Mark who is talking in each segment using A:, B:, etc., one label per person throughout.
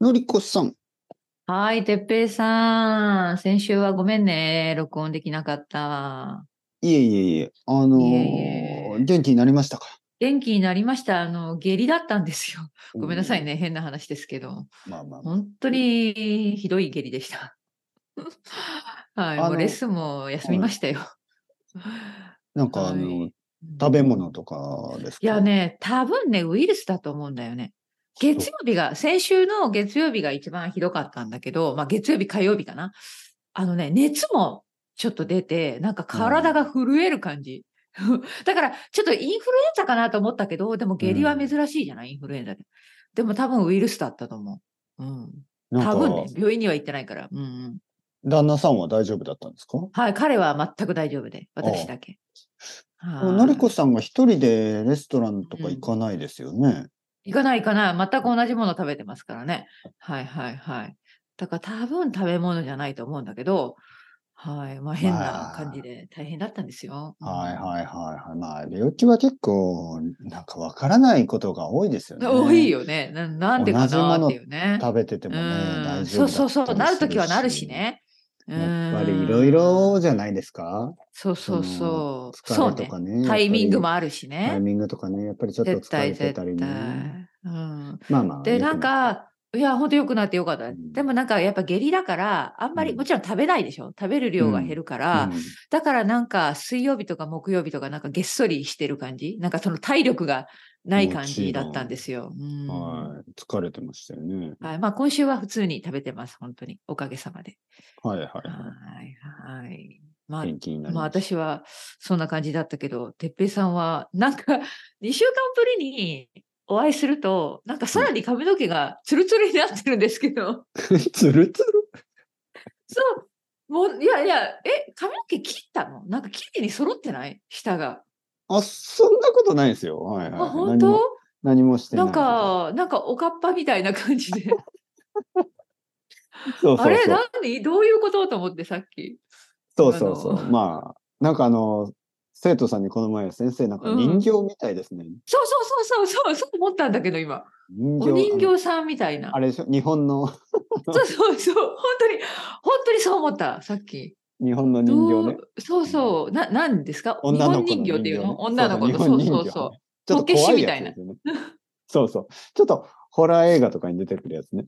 A: のりこさん。
B: はい、てっぺいさん。先週はごめんね。録音できなかった。
A: いえいえいえ、あのー
B: いえいえ
A: 元気になりましたか
B: 元気になりました。あの、下痢だったんですよ。ごめんなさい
A: ね。
B: ね。変な話ですけど。
A: まあまあまあ、
B: 本当にひどい下痢でした。 はい、
A: あの
B: もうレッスンも休みましたよ。
A: なんかあの、
B: はい
A: 食べ物とかですか
B: いやね、多分ね、ウイルスだと思うんだよね。月曜日が、先週の月曜日が一番ひどかったんだけど、まあ月曜日、火曜日かな。あのね、熱もちょっと出て、なんか体が震える感じ。 だから、ちょっとインフルエンザかなと思ったけど、でも下痢は珍しいじゃない、インフルエンザで。でも多分ウイルスだったと思う。うん。
A: なんか
B: 多分ね、病院には行ってないから。うんうん。
A: 旦那さんは大丈夫だったんですか
B: はい、彼は全く大丈夫で、
A: あ
B: 私だけ。はい
A: のりこさんが一人でレストランとか行かないですよね。
B: 行かない行かない。全く同じもの食べてますからね。はいはいはい。だから多分食べ物じゃないと思うんだけど、はい。まあ変な感じで大変だったんですよ。
A: はいはいはいはい。まあ、病気は結構、なんかわからないことが多いですよね。
B: 多いよね。ななんでかなっていうね。
A: 食べてて
B: う
A: もね、
B: ん
A: 大丈夫だったり
B: そうそうそう。なるときはなるしね。うん
A: やっぱりいろいろじゃないですか。
B: そうそうそう。
A: そ
B: そ
A: の
B: う
A: 疲れ
B: ね
A: と。かね。
B: タイミングも
A: あ
B: あるし
A: タイ
B: ね。
A: ミングとかね、やっぱりちょっと
B: 絶
A: 疲
B: 対
A: れて
B: 絶
A: た
B: 対
A: り。ね。
B: うん。
A: まあまあ。
B: で、
A: 良
B: な
A: く
B: ん
A: っ
B: か、いや、ほんと良くなってよかった。
A: うん
B: でもなんか、やっぱ下痢だから、あんまり、
A: うん
B: もちろん食べないでしょ食べる量が減るか
A: た、
B: ら、
A: うん
B: だからなんか、水曜日とか木曜日とか、なんかげっそりしてる感じなんかその体力がない感じだったんですよ。うん
A: はい。疲れてましたよね。
B: はい。まあ、今週は普通に食べてます。本当に。おかげさまで。
A: はいはいはい。
B: はい、はい。まあ、
A: 元気になり
B: まあ
A: ました。
B: 私はそんな感じだったけど、てっぺいさんはなんか2週間ぶりにお会いすると、なんかさらに髪の毛がツルツルになってるんですけど、
A: つるつる
B: そう、もう、いやいや、え、髪の毛切ったのなんか綺麗に揃ってない下が。
A: あ、そんなことないですよ。はい
B: あ、
A: はい。
B: 本
A: 何
B: 当
A: も何もしてな。
B: ないん、か、なんかおかっぱみたいな感じ
A: そ
B: で、
A: うそうそう
B: あれ、何どういうことと思ってさっき。
A: そうそうそ
B: あ
A: う。まあ、なんかあの、生徒さんにこの前先生、なんか
B: うん
A: 人形みたいですね。
B: そうそうそうそう、そう、そう思ったんだけど今。お
A: 人形。あの
B: 人形さんみたいな
A: あ。れでしょ日本の、
B: そうそうそう、本当に、本当にそう思った、さっき。
A: 日本の人形ね
B: ど。うそうそう、な、なんですか。
A: 女の子の
B: 日本人形っていう
A: ね
B: の、女の子
A: そうだ
B: の、そう
A: 日
B: そ
A: 本
B: う
A: 人形ねちょっ
B: そ
A: と怖いやつですよね。そうそう。ちょっとホラー映画とかに出てくるやつね。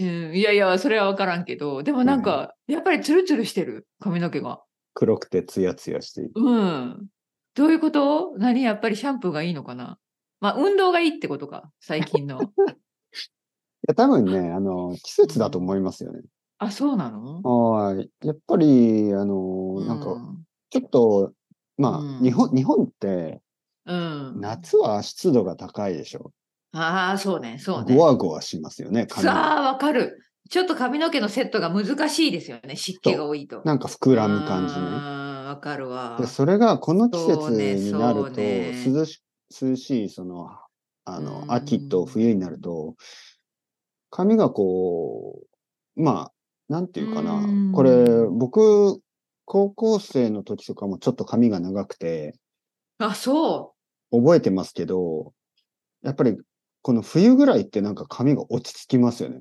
B: う。うん、いやいや、それは分からんけど、でもなんか、やっぱりツルツルしてる、髪の毛が。
A: 黒くてツヤツヤしている。
B: うん。どういうこと何やっぱりシャンプーがいいのかなまあ、運動がいいってことか、最 近の。
A: いや、多分ね、 あの、季節だと思いますよね。
B: あ、そうなの
A: はい。やっぱり、あの、なん
B: う
A: か、ちょっと、まあ、
B: うん
A: 日本、日本って、
B: うん。
A: 夏は湿度が高いでしょ。
B: ああ、そうね、そうね
A: ゴ。ワゴワしますよね、髪が
B: さあ、わかる。ちょっと髪の毛のセットが難しいですよね、湿気が多いと。
A: なんか膨らむ感じ
B: う
A: ね。
B: ーんわかるわ
A: で、。それがこの季
B: そ
A: 節
B: うね
A: になる
B: そう
A: と、
B: ね
A: 涼し、涼しい、その、あの
B: う、ん
A: 秋と冬になると、髪がこう、まあ、なんていうかな
B: うん。
A: これ、僕、高校生の時とかもちょっと髪が長くて、
B: あ、そ
A: 覚えてますけど、やっぱり、この冬ぐらいってなんか髪が落ち着きますよね。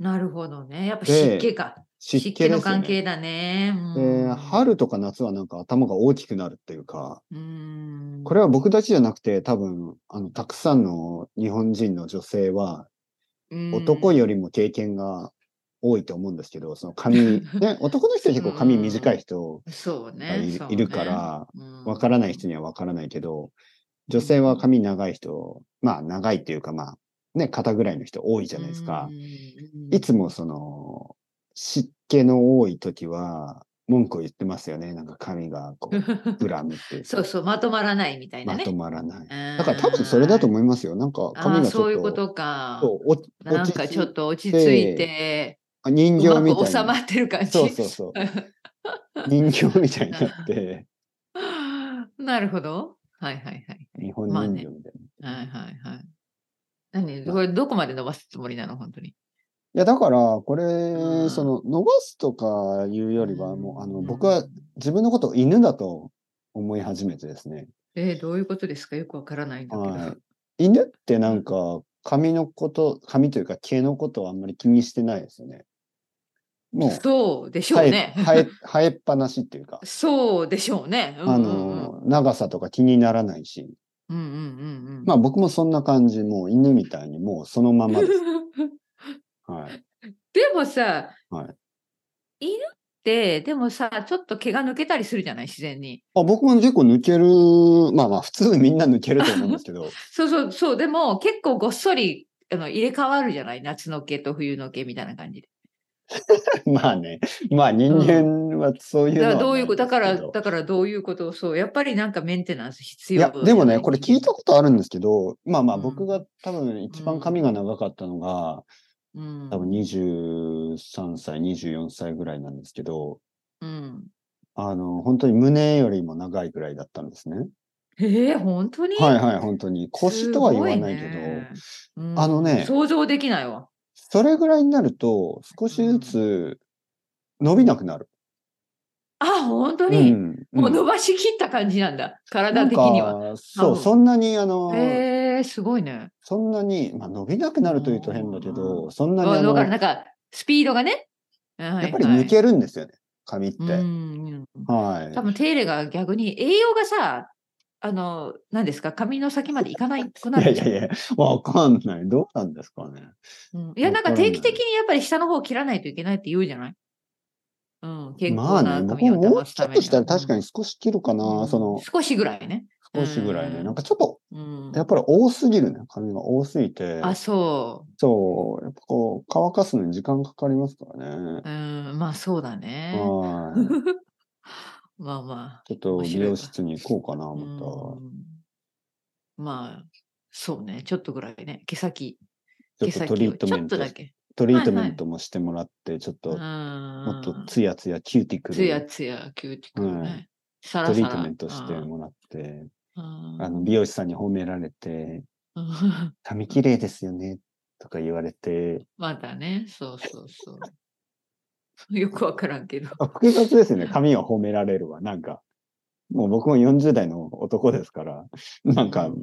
B: う。なるほどね。やっぱ
A: で
B: 湿気か。湿
A: 湿
B: 気
A: 気で
B: の
A: すよ
B: 関
A: ね。
B: 係だね。
A: で、
B: うん
A: 春とか夏はなんか頭が大きくなるっていうか、
B: うん
A: これは僕たちじゃなくて多分、あの、たくさんの日本人の女性は、男よりも経験が多いと思うんですけど、その 髪、ね、男の人は結構髪短い人
B: うんそう
A: が
B: ね
A: い,、
B: そう
A: い
B: ね
A: るから、
B: うん
A: わからない人にはわからないけど、女性は髪長い人、まあ長いっていうかまあ、ね、肩ぐらいの人多いじゃないですか。
B: うん
A: いつもその、湿気の多い時は、文句を言ってますよね。なんか髪がこう、 グラムっていうか
B: そうそう、まとまらないみたいな
A: ま
B: ね
A: と。まらない。
B: うん
A: だから多分それだと思いますよ。なんか
B: あ
A: 髪
B: ー
A: がちょっと。
B: そういうことか。
A: そうお落
B: なん
A: ち着
B: か
A: い
B: ちょっと落ち着いて、
A: あ人
B: う
A: 形
B: ま
A: みた
B: く
A: い
B: 収ま
A: な。
B: ってる感じ。
A: そうそう そう。人形みたいになって、
B: なるほど。はいはいはい。
A: 日本人形みたいな。
B: はいはいはい。何
A: まあ
B: これどこまで伸ばすつもりなの本当に。
A: いや、だから、これ、
B: うん
A: その、伸ばすとかいうよりは、もう、あの、
B: うん
A: 僕は自分のことを犬だと思い始めてですね。
B: えーどういうことですかよくわからないんだけど。
A: はい。犬ってなんか、髪のこと、髪というか毛のことはあんまり気にしてないですよね。もう、
B: そうでしょう
A: 生え
B: ね。、
A: 生え生えっぱなしっていうか
B: そうでしょうね。うんうん
A: あ
B: うん
A: の、長さとか気にならないし、
B: うんうんうんうん。
A: まあ僕もそんな感じ、もう犬みたいにもうそのま まです。はい。
B: でもさ、
A: はい
B: 犬ってでもさちょっと毛が抜けたりするじゃない自然に。
A: あ僕も結構抜ける、まあまあ普通みんな抜けると思うんですけど、
B: そうそうそうでも結構ごっそりあの入れ替わるじゃない夏の毛と冬の毛みたいな感じで。
A: まあね、まあ人間はそういう
B: だ
A: のは
B: からどういうことだから
A: ないんですけど
B: だからどういうことをそうやっぱりなんかメンテナンス必
A: い
B: 要
A: や、でもね、これ聞いた
B: と、
A: ことあるんですけど、まあまあ
B: うん
A: 僕が多分一番髪が長かったのが、
B: うん
A: 多分23歳、24歳ぐらいなんですけど、
B: うん、
A: あの、本当に胸よりも長いぐらいだったんですね。
B: えー、本当に、
A: はいはい、本当に。腰とは言わないけど、
B: すごねうん
A: あのね
B: 想像できないわ。
A: それぐらいになると少しずつ伸びなくなる。
B: あ本当
A: う
B: に、
A: ん
B: もう
A: うん
B: 伸ばしきった感じなんだ
A: な
B: 体
A: ん
B: 的には。
A: か、そうう、
B: ん
A: そんなに、あの、
B: へえすごいね。
A: そんなに、まあ、伸びなくなるというと変だけ
B: う
A: ど、そんな
B: あ
A: にあ
B: だ
A: の、
B: から
A: や
B: なんかスピードがね。や
A: っぱり抜けるんですよね、髪って。
B: うん
A: はい。
B: 多分手入れが逆に栄養がさあの何ですか髪の先までいかないくない
A: や
B: る
A: い
B: じゃ
A: や
B: ん
A: いや、わかんない。どうなんですかね。
B: うんいやなんか定期的にやっぱり下の方を切らないといけないって言うじゃないうん健
A: まあ
B: 康
A: ね、
B: な
A: 僕
B: 髪を
A: もも
B: 保
A: う
B: つ
A: ちょ
B: た
A: っ
B: め
A: と
B: に
A: した
B: は
A: ら確かに少し切るかな、
B: うん
A: その、
B: 少しぐらいね。
A: 少しぐらいね。
B: うん
A: なんかちょっと、
B: うん
A: やっぱり多すぎるね。髪が多すぎて。
B: あそ
A: そう、やっぱこう、乾かすのに時間かかりますからね。
B: ううんまあそうだね。
A: はい。
B: まあま
A: ちょっと
B: 面白い
A: 美
B: わ
A: 容室に行こうかな、
B: あ、う
A: ま
B: んまあそうねちょっとぐらいね毛先
A: た。
B: 毛
A: ちょっと
B: 先
A: ト
B: を
A: リート
B: ち
A: メ
B: ょっ
A: ン
B: と
A: ト
B: だ、け。
A: トリートメントもしてもらって、ちょっと、も
B: も
A: っとツヤツヤキューティクル、
B: つやつや、キューティクルね。
A: はい
B: サ
A: ト
B: ラ
A: リ
B: サ
A: ー
B: ラ
A: トメントしてもらって、
B: うん
A: あの、美容師さんに褒められて、
B: うん
A: 髪綺麗ですよね、とか言われて、
B: まだね、そうそうそう。 よくわからんけど。
A: あ複雑ですね。髪を褒められるわ。なんか、もう僕も40代の男ですから、 なんか
B: う、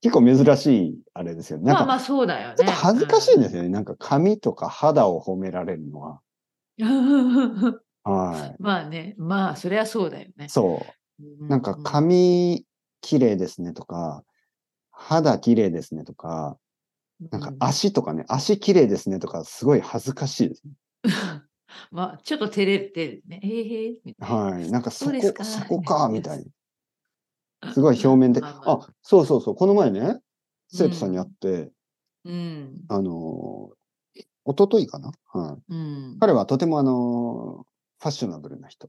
A: 結構珍しいあれですよね。なん
B: ま
A: か
B: あまあそうだよね。
A: ちょっと恥ずかしいん
B: ね。
A: ですよね。なんか髪とか肌を褒められるのは。は
B: まあね、まあそりゃそうだよね
A: い。。そう。
B: う
A: なんか髪綺麗ですねとか、肌綺麗ですねとか、なんか
B: う
A: 足とかね、足綺麗ですねとか、すごい恥ずかしいです、ね。
B: まあちょっと照れてるね。へーへーみたいな
A: はい。なんかそ
B: そうです
A: こ、
B: か
A: そこか、みたいな。すごい表面で。
B: まあま
A: あ、そうそうそう。この前ね、生徒さんに会って、
B: うん。
A: あのー、おとといかな、はい、
B: うん。
A: 彼はとてもあのーファッショナブルな人。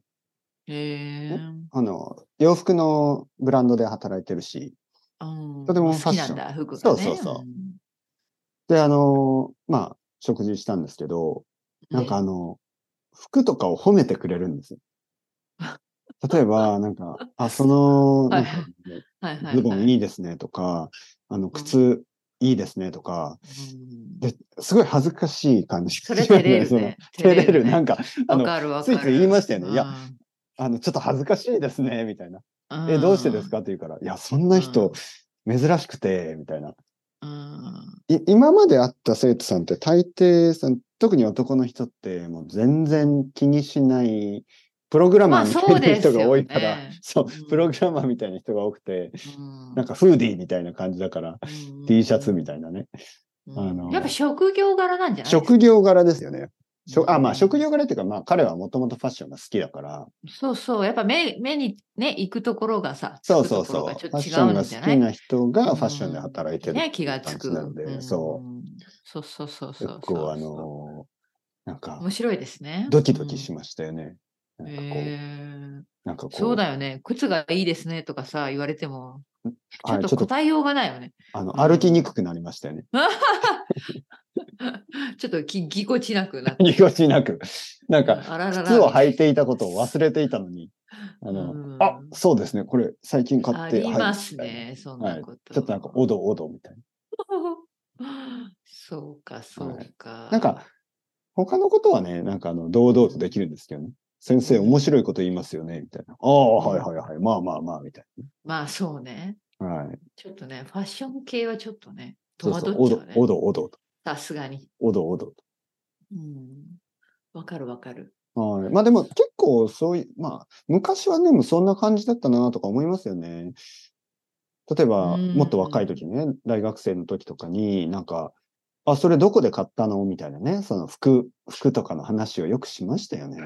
B: へえ。
A: あの、洋服のブランドで働いてるし、
B: と
A: とてもファッション
B: 好きなんだ、服が、ね。
A: そうそうそう
B: う
A: で、あの、まあ、食事したんですけど、なんかあの、服とかを褒めてくれるん ですよ。例えば、なんか、あ、その、
B: は
A: ないんか
B: はいはいはい、
A: ズボンいいですねとか、あの、靴いいですねとか、
B: うん
A: で、すごい恥ずかしい感じ。
B: それ照れる
A: その
B: ね。
A: 照れる。なんか、あ
B: わ
A: の、
B: かるわか
A: つ
B: る。
A: いつい言いましたよねいや
B: うん、
A: あの、ちょっと恥ずかしいですね、みたいな。
B: うん
A: え、どうしてですかって言うから、いや、そんな人、珍しくて、みたいな。
B: うん
A: い今まで会った生徒さんって大抵さん特に男の人ってもう全然気にしないプログラマーみ
B: まあそう
A: たいな
B: ですよ
A: 人
B: ね
A: が多いから、そう
B: うん
A: プログラマーみたいな人が多くて
B: うん
A: なんかフーディーみたいな感じだから、
B: うん
A: T シャツみたいなね
B: うん
A: あの
B: やっぱ職業柄なんじゃない
A: 職業柄ですよねしょあまあ
B: うん
A: 職業柄っていうかまあ彼はもともとファッションが好きだから
B: そうそう。やっぱ目目にね、行くところがさ、
A: そうそう
B: つくと
A: そうフ
B: ころが
A: ァ
B: ちょっと
A: ッ
B: 違
A: ションが
B: うん
A: 好
B: じゃない
A: きな人が
B: うん
A: ファッションで働いてる
B: ね、気がつく。
A: 感じなので、
B: うん
A: そう
B: そうそうそうそ
A: 結
B: うそう。
A: 構あのなんか
B: 面白いですね。
A: ドキドキし
B: ま
A: ましたよね、
B: す
A: なんかこう、なんかこう
B: そうだよね。靴がいいですねとかさ、言われても、ちょ
A: は
B: っ
A: い
B: と答えようがないよね。
A: あの、
B: うん
A: 歩きにくくなりましたよね。
B: ちょっときぎこちなくなって。
A: ぎこちなく。なんか、
B: あららら
A: 靴を履いていたことを忘れていたのに、あの、
B: うん
A: あ、そうですね、これ最近買
B: あ
A: って、
B: ります
A: はいみたい
B: ね、そん
A: は
B: ないこと。
A: なちょっとなんか、おどおどみたい
B: そうか、そうか。
A: な。なんか、他のことはね、なんかあの、堂々とできるんですけどね。先生、面白いこと言いますよね、みたいな。ああ、はいはいはい、まあまあまあ、みたい
B: まあそうね。
A: な。はい。
B: ちょっとね、ファッション系はちょっとね。戸惑っ
A: お
B: ちゃ
A: ど
B: うね。
A: おどおどと。
B: さすがに。
A: おどおど
B: うん。わかるわかる。
A: と。はい。まあでも結構そういう、まあ昔はでもそんな感じだったなとか思いますよね。例えば、
B: うん
A: もっと若い時ね、大学生の時とかになんか、あ、それどこで買ったのみたいなね、その服、服とかの話をよくしましたよね。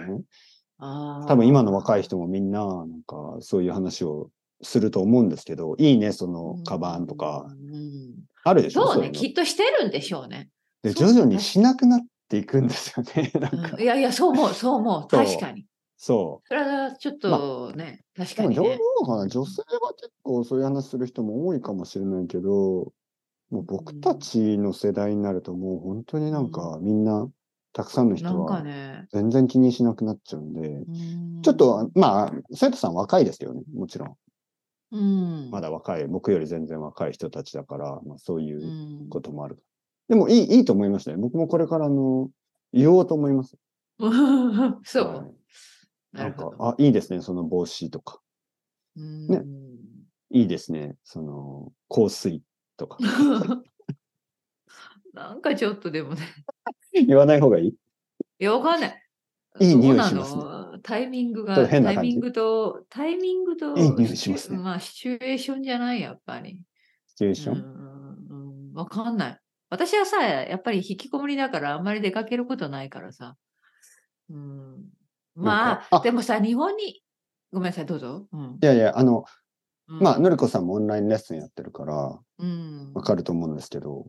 B: ああ。
A: 多分今の若い人もみんな、なんかそういう話をすると思うんですけど、いいね、そのカバンとか、
B: うんうん
A: あるでしょ
B: そうね、
A: いの
B: きっとしてるんでしょうね。
A: で、
B: そう
A: 徐々にしなくなっていくんですよね。 なんか、
B: うんいやいや、そう思う、そう思う。
A: そう
B: 確かに。
A: そ
B: それはちょっとね、確
A: う。で
B: か
A: も、
B: に
A: どうな
B: ね。
A: のかな女性は結構そういう話する人も多いかもしれないけど、もう僕たちの世代になるともう本当になんかみんな、たくさんの人
B: なんか
A: は
B: ね。
A: 全然気にしなくなっちゃうんで、
B: うん
A: ちょっと、、まあ、生徒さん若いですよね。もちろん。
B: うん、
A: まだ若い、僕より全然若い人たちだから、まあそういううんこともある。でもいい、いいと思いましたね。僕もこれからあの、言おうと思います。
B: そ
A: は
B: う
A: い。
B: な
A: な
B: る
A: んか
B: ほ、ど。
A: あ、いいですね、その帽子とか。
B: うん
A: ねいいですね、その、香水とか。
B: なんかちょっとでもね、
A: 言わない方がいい
B: いや、わかんない。
A: いい
B: どう
A: 匂い
B: な
A: しますね
B: のタイミング
A: ちょっ
B: が、
A: と変
B: タ
A: な
B: イ
A: 感
B: ミ
A: じ
B: ングと、タイミングと、
A: いい匂いしますね
B: シチュまあ、シチュエーションじゃない、やっぱり。
A: シチュエー
B: う
A: ショ
B: ん
A: ン。
B: うん、わかんない。私はさ、やっぱり引きこもりだから、あんまり出かけることないからさ。うん、
A: なん
B: ま
A: か
B: あ
A: あ
B: でもさ、日本に、ごめんなさい、どうぞ。うん
A: いやいや、あの、まあ、
B: うん
A: のりこさんもオンラインレッスンやってるから、
B: うん
A: わかると思うんですけど、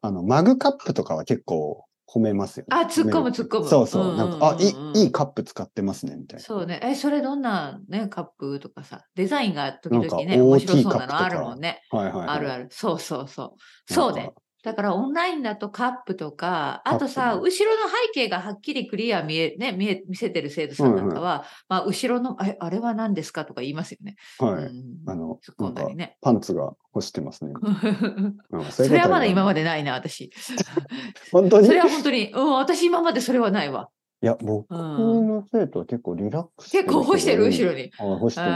A: あの、マグカップとかは結構褒めますよね。
B: あ突っ込む
A: 褒める
B: 突っ込む
A: そうそうう。
B: ん
A: なんか、あ、
B: うんうんうん
A: いい、いいカップ使ってますね、みたいな。
B: そうね。え、それどんな、ね、カップとかさ、デザインが時々ね、
A: なんか
B: 面白そ
A: OT
B: う
A: カッ
B: な
A: プと
B: の
A: か
B: あるもんね。
A: はいはい、はい。
B: あるある。そうそうそう。そう
A: なん
B: ね
A: か。。
B: だからオンラインだとカップとか、あと
A: カッ
B: さ、
A: プ
B: 後ろの背景がはっきりクリア見え、ね、見え、見せてる生徒さんなんかは、まあ、後ろの、あれ、あれは何ですかとか言いますよね。
A: はい。
B: うん
A: あの
B: 突っ込んだりね。
A: パンツが干してますね。 うん
B: そ
A: いうこと
B: れはまだ今ま
A: で。
B: でないな、 私。
A: 本当に
B: そ
A: い
B: れは本当に、うん、私今までそれはないわ。
A: や、僕
B: うん、
A: の生徒は結構リラックスして
B: 結
A: る人が多い。
B: 構干してる、後ろに。
A: あ干してますね。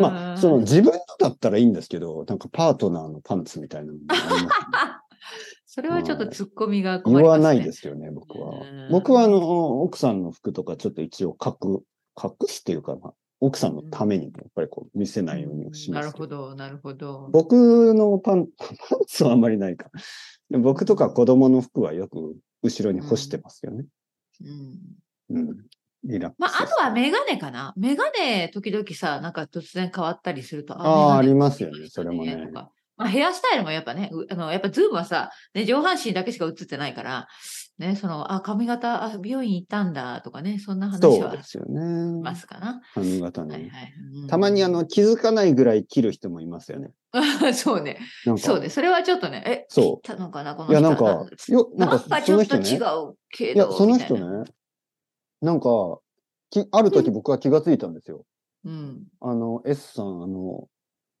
A: ま
B: ま
A: あ、そ の自分のだったらいいんですけど、なんかパートナーのパンツみたいなのもあり ますね
B: それはちょっと突っ込みが
A: 言
B: 困ります、ね。
A: わないですよね、僕は
B: うん。
A: 僕はあの、奥さんの服とかちょっと一応隠、隠すっていうか、まあ、奥さんのために、やっぱりこう見せないようにはし
B: な
A: ま
B: る
A: すけど。
B: ほど、なるほど。
A: 僕のパン、 パンツはあんまりないか。でも僕とか子供の服はよく後ろに干してますよね。
B: うん
A: うん。リラックス。
B: まあ、あとはメガネかな。メガネ、時々さ、なんか突然変わったりすると。
A: ああ
B: メガネ
A: ありますよねそれもね
B: とかまあ、ヘアスタイルもやっぱね、うあの、やっぱズームはさ、ね、上半身だけしか映ってないから、ね、その、あ、髪型、あ、美容院行ったんだとかね、そんな話
A: そう
B: は
A: で
B: し
A: すよね。
B: ますかな。
A: 髪型
B: はい
A: ね。
B: はい。うん
A: たまにあ、の気づかないぐらい切る人もいますよね。
B: そうね、
A: なんか
B: そうね、それはちょっとね、え、
A: そう
B: 切ったのかな、この
A: い
B: 人
A: や、な
B: は
A: んか、 よ
B: な
A: なんん
B: か
A: か、
B: ち
A: そ
B: ょ
A: の
B: っと
A: 人
B: 違
A: ね。
B: うけど。
A: いや、その人
B: みたいな。
A: ね、なんか、きある時僕は気がついたんですよ。
B: うん。
A: あの、S さん、あの、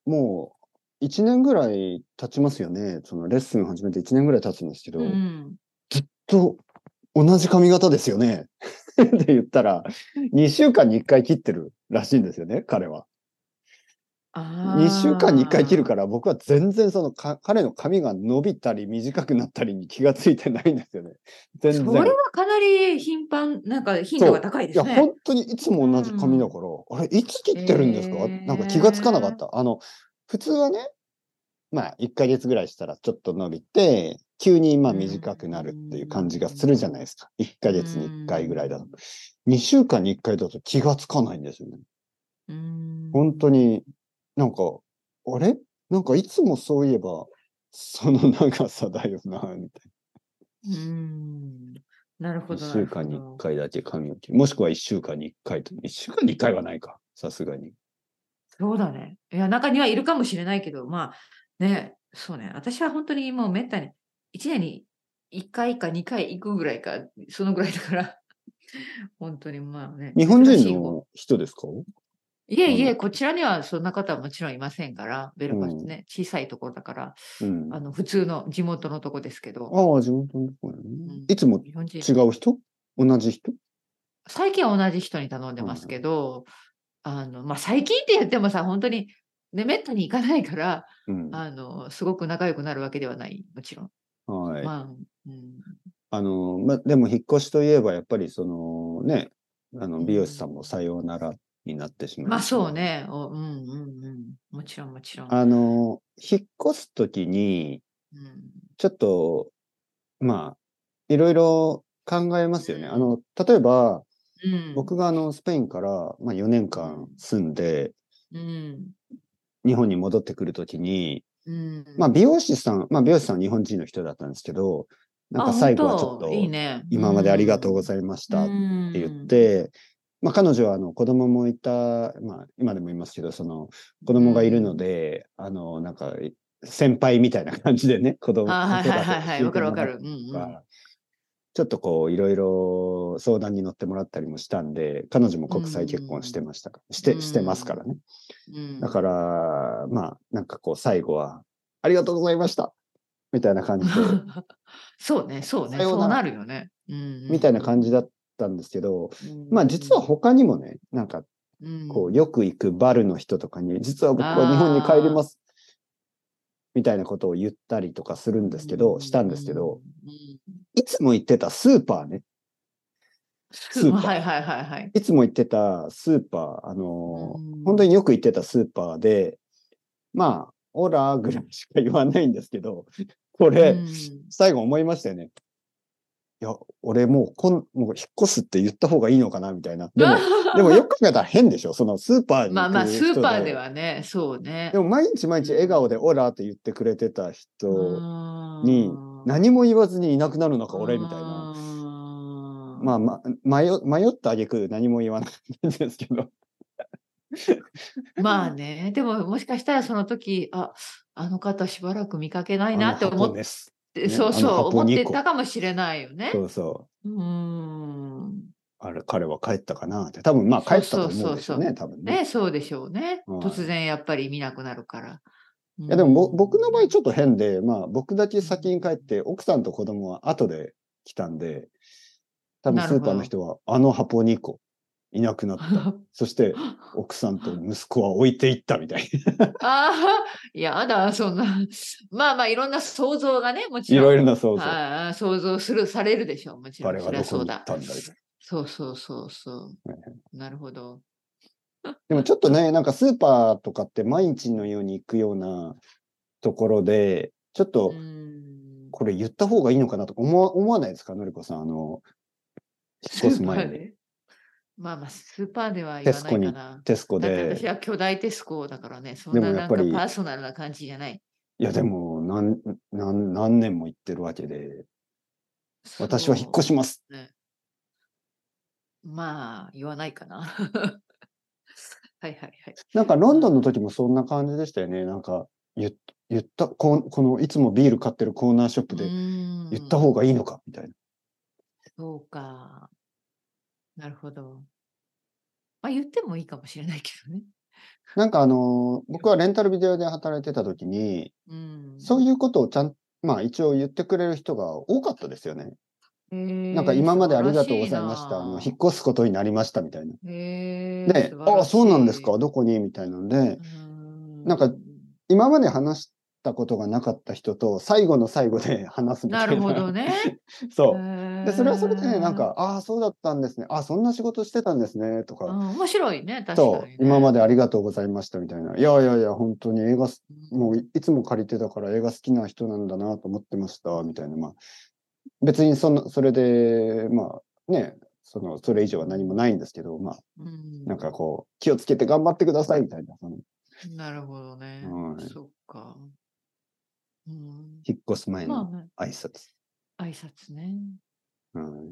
A: もう、1年ぐらい経ちますよね。そのレッスン始めて1年ぐらい経つんですけど、
B: うん
A: と、同じ髪型ですよね。 って言ったら、2週間に1回切ってるらしいんですよね、彼は。2
B: 2
A: 週間に1回切るから、僕は全然そのか、彼の髪が伸びたり短くなったりに気がついてないんですよね。全
B: そ
A: 然。
B: れはかなり頻繁、なんか頻度が高い
A: い
B: で
A: や、
B: すね
A: 本。当にいつも同じ髪だから、あれ、いつ切ってるんですか、
B: へー
A: なんか気がつかなかった。あの、普通はね、まあ、1ヶ月ぐらいしたらちょっと伸びて、急にまあ
B: うん
A: 短くなるっていう感じがするじゃないですか。1ヶ月に1回ぐらいだと。2週間に1回だと気がつかないんですよね。
B: うん
A: 本当になんか、あれなんかいつもそういえば、その長さだよな、みたい
B: うんなるほ
A: な。
B: ど。
A: 1
B: な
A: 週
B: る
A: 間
B: ほ
A: に
B: ど
A: 1回だけ髪を切る。もしくは1週間に1回と。1週間に1回はないか。さすがに。
B: そうだね。いや、中にはいるかもしれないけど、まあ、ね、そうね。私は本当にもうめったに、1年に1回か2回行くぐらいか、そのぐらいだから、 本当にまあね。
A: 日本
B: 珍し
A: 人
B: い方
A: の人ですか
B: いえい
A: なん
B: え、
A: だ
B: こちらにはそんな方はもちろんいませんから、ベルファストね、小さいところだから、
A: うん。
B: あ
A: あ
B: の普通の地元のとこですけど、
A: あ、地元のところ
B: う
A: ね
B: ん。
A: いつも
B: 日本人
A: 違う人同じ人
B: 最近は同じ人に頼んでますけど、あのまあ、最近って言ってもさ、本当にで、めったに行かないから、
A: うん。
B: あの、すごく仲良くなるわけではない、もちろん。
A: はい。
B: まあ、うん。
A: あの、ま、でも引っ越しといえば、やっぱりそのね、あ
B: う
A: の、
B: ん
A: 美容師さんもさようならになってしまう。
B: まあそう。ね。おうんうんうん。もちろんもちろん。
A: あの、引っ越すときに、
B: うん、
A: ちょっと、まあ、いろいろ考えますよね。あの、例えば、
B: うん、
A: 僕があの、スペインから、まあ、4年間住んで、
B: うん、
A: 日本に戻ってくるときに、
B: うん。
A: まあ、美容師さん、まあ、美容師さんは日本人の人だったんですけど、なんか最後はちょっ
B: あ本
A: と、
B: 当いいね、
A: 今までありがとうご
B: い
A: ざいました
B: まっ
A: って言っ、て、まあ、彼女はあの子供もいた、まあ、今でもいますけど、その子供がいるので、あの、なんか、先輩みたいな感じでね、子供
B: うんあはい
A: 子育
B: は
A: てを
B: いはいはい。わかるわか
A: 聞い
B: る。うん
A: て
B: う
A: もらったりと
B: ん
A: かちょっとこう、いろいろ相談に乗ってもらったりもしたんで、彼女も国際結婚してましたから、して、してますからね。
B: うん。
A: だから、まあ、なんかこう、最後は、ありがとうございましたみたいな感じで、
B: そうね、そうね。
A: さよう
B: そう
A: なら
B: なるよね。うん、
A: みたいな感
B: じ。
A: じだったんですけど、
B: うん
A: まあ、実は、他にもね、なんか
B: うん
A: こう、よく行くバルの人とかに、実は僕は日本に帰ります。みたいなことを言ったりとかするんですけど、したんですけど、、
B: うんうん
A: いつも行ってたスーパーね。
B: ス
A: ー
B: ー
A: パ
B: パ
A: ー
B: ー。はいはいはいはい。
A: いつも行ってたスーパー、あのー、本当
B: に、
A: によく行ってたスーパーで、まあ、オラぐらいしか言わないんですけど、これ、
B: うん
A: 最後思いましたよね。いや、俺もうこん、もう引っ越すって言った方がいいのかな、みたいな。で も、でもよく考えたら変でしょそのスーパーに行く人で。
B: まあまあ、スーパーではね、そうね。
A: でも毎日毎日笑顔でオラって言ってくれてた人、に
B: うん
A: 何も言わずにいなくなるのか俺みたいな。
B: な
A: まあ、ま、迷迷った挙句何も言わないんですけど。
B: まあね、でももしかしたらその時、ああの方しばらく見かけな
A: ない
B: なって思っ
A: です。
B: て、
A: ね
B: そうそ
A: あの
B: う、
A: 箱
B: 思っ
A: 二
B: て
A: 個
B: たかもしれないよね。
A: そうそう。
B: うーん。
A: あれ、彼は帰ったかなって。多分まあ帰ったと思うんですよね、多分ね。
B: ね、そうでしょうね。
A: はい
B: 突然やっぱり見なくなるから。い
A: いやでもぼ僕の場合ちょっと変で、まあ僕だけ先に帰って、奥さんと子供は後で来たんで、多分
B: な
A: ス
B: る
A: ー
B: ほど
A: パーの人はあの箱2個いなくなった。そして奥さんと息子は置いていったみたい な。
B: ああ、いやだ、そんな。まあまあ、いろんな想像がね、もち
A: い
B: ろん。
A: ろいろな想像。
B: ああ想像する、されるでしょう、もちろん。
A: 彼
B: そ
A: は
B: り
A: ど
B: ゃ
A: こ
B: そう
A: に行っ
B: だ。
A: たんだみたい
B: そうそうそうそ。
A: はいう
B: なるほど。
A: な。でもちょっとね、なんかスーパーとかって毎日のように行くようなところで、ちょっと
B: うん
A: これ言った方がいいのかなとか思わ思わないですかのりこさん。あの、引っ越す前
B: スーパー
A: に。
B: でまあまあ、スーパーでは言わないかな。
A: テスコ
B: だって私
A: で。
B: は巨大テスコだからね、そん
A: で
B: な
A: もや
B: な
A: っ
B: ん
A: ぱ
B: か
A: り
B: パーソナルな感じじゃない。
A: いやでも何、何、何年も行ってるわけで、私は引っ越
B: し。
A: します。
B: まあ、言わないかな。 はいはいはい。
A: なんかロンドンの時もそんな感じでしたよね。なんか言っ言ったこ、このいつもビール買ってるコーナーショップで言った
B: が
A: 方がいいのかみたいな。
B: そうか。なるほど。まあ言ってもいいかもしれないけどね。
A: なんかあのー、僕はレンタルビデオで働いてた時に、
B: うん。
A: そういうことをちゃん、まあ一応言ってくれる人が多かったですよね。
B: な
A: なんか今までありがとうございました。あの、引っ越すことになりましたみたいな。
B: へえ
A: で、
B: 素晴
A: あ
B: ら
A: あ、
B: しい
A: そうなんですか、どこにみたいなので
B: う、ん
A: なんか今まで話したことがなかった人と最後の最後で 話すみた
B: ない
A: な。
B: るほど。ね。
A: そう。
B: へえ
A: で、それはそれでね、なん、か、ああ、そうだったんですね。ああ、そんな仕事してたんですね。と
B: うん
A: か。
B: 面白いね、確か
A: そ
B: にね、
A: う。今までありがとうございましたみたいな。いやいやいや、本当に映画す、
B: うん
A: もういいつも借りてたから映画好きな人なんだなと思ってました。みたいな。まあ、別にその、それで、まあ、ね、その、それ以上は何もないんですけど、まあ、
B: うん
A: なんかこう、気をつけて頑張ってくださいみたいな。その
B: なるほどね。
A: はい
B: そっか。うん、
A: 引っ越す前
B: まあ
A: の
B: ね、
A: 挨拶。
B: 挨拶ね。
A: うん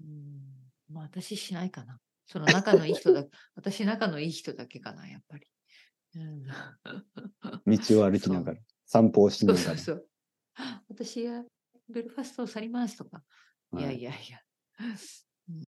B: うんまあ私しないかな。その仲のいい人 だ、私仲のいい人だけかな、やっぱり。うん、
A: 道を歩きながら、散歩をし
B: そ
A: な
B: う
A: が
B: そう
A: ら。
B: そう。私がベルファストを去りますとか。いや
A: はい
B: いやいや。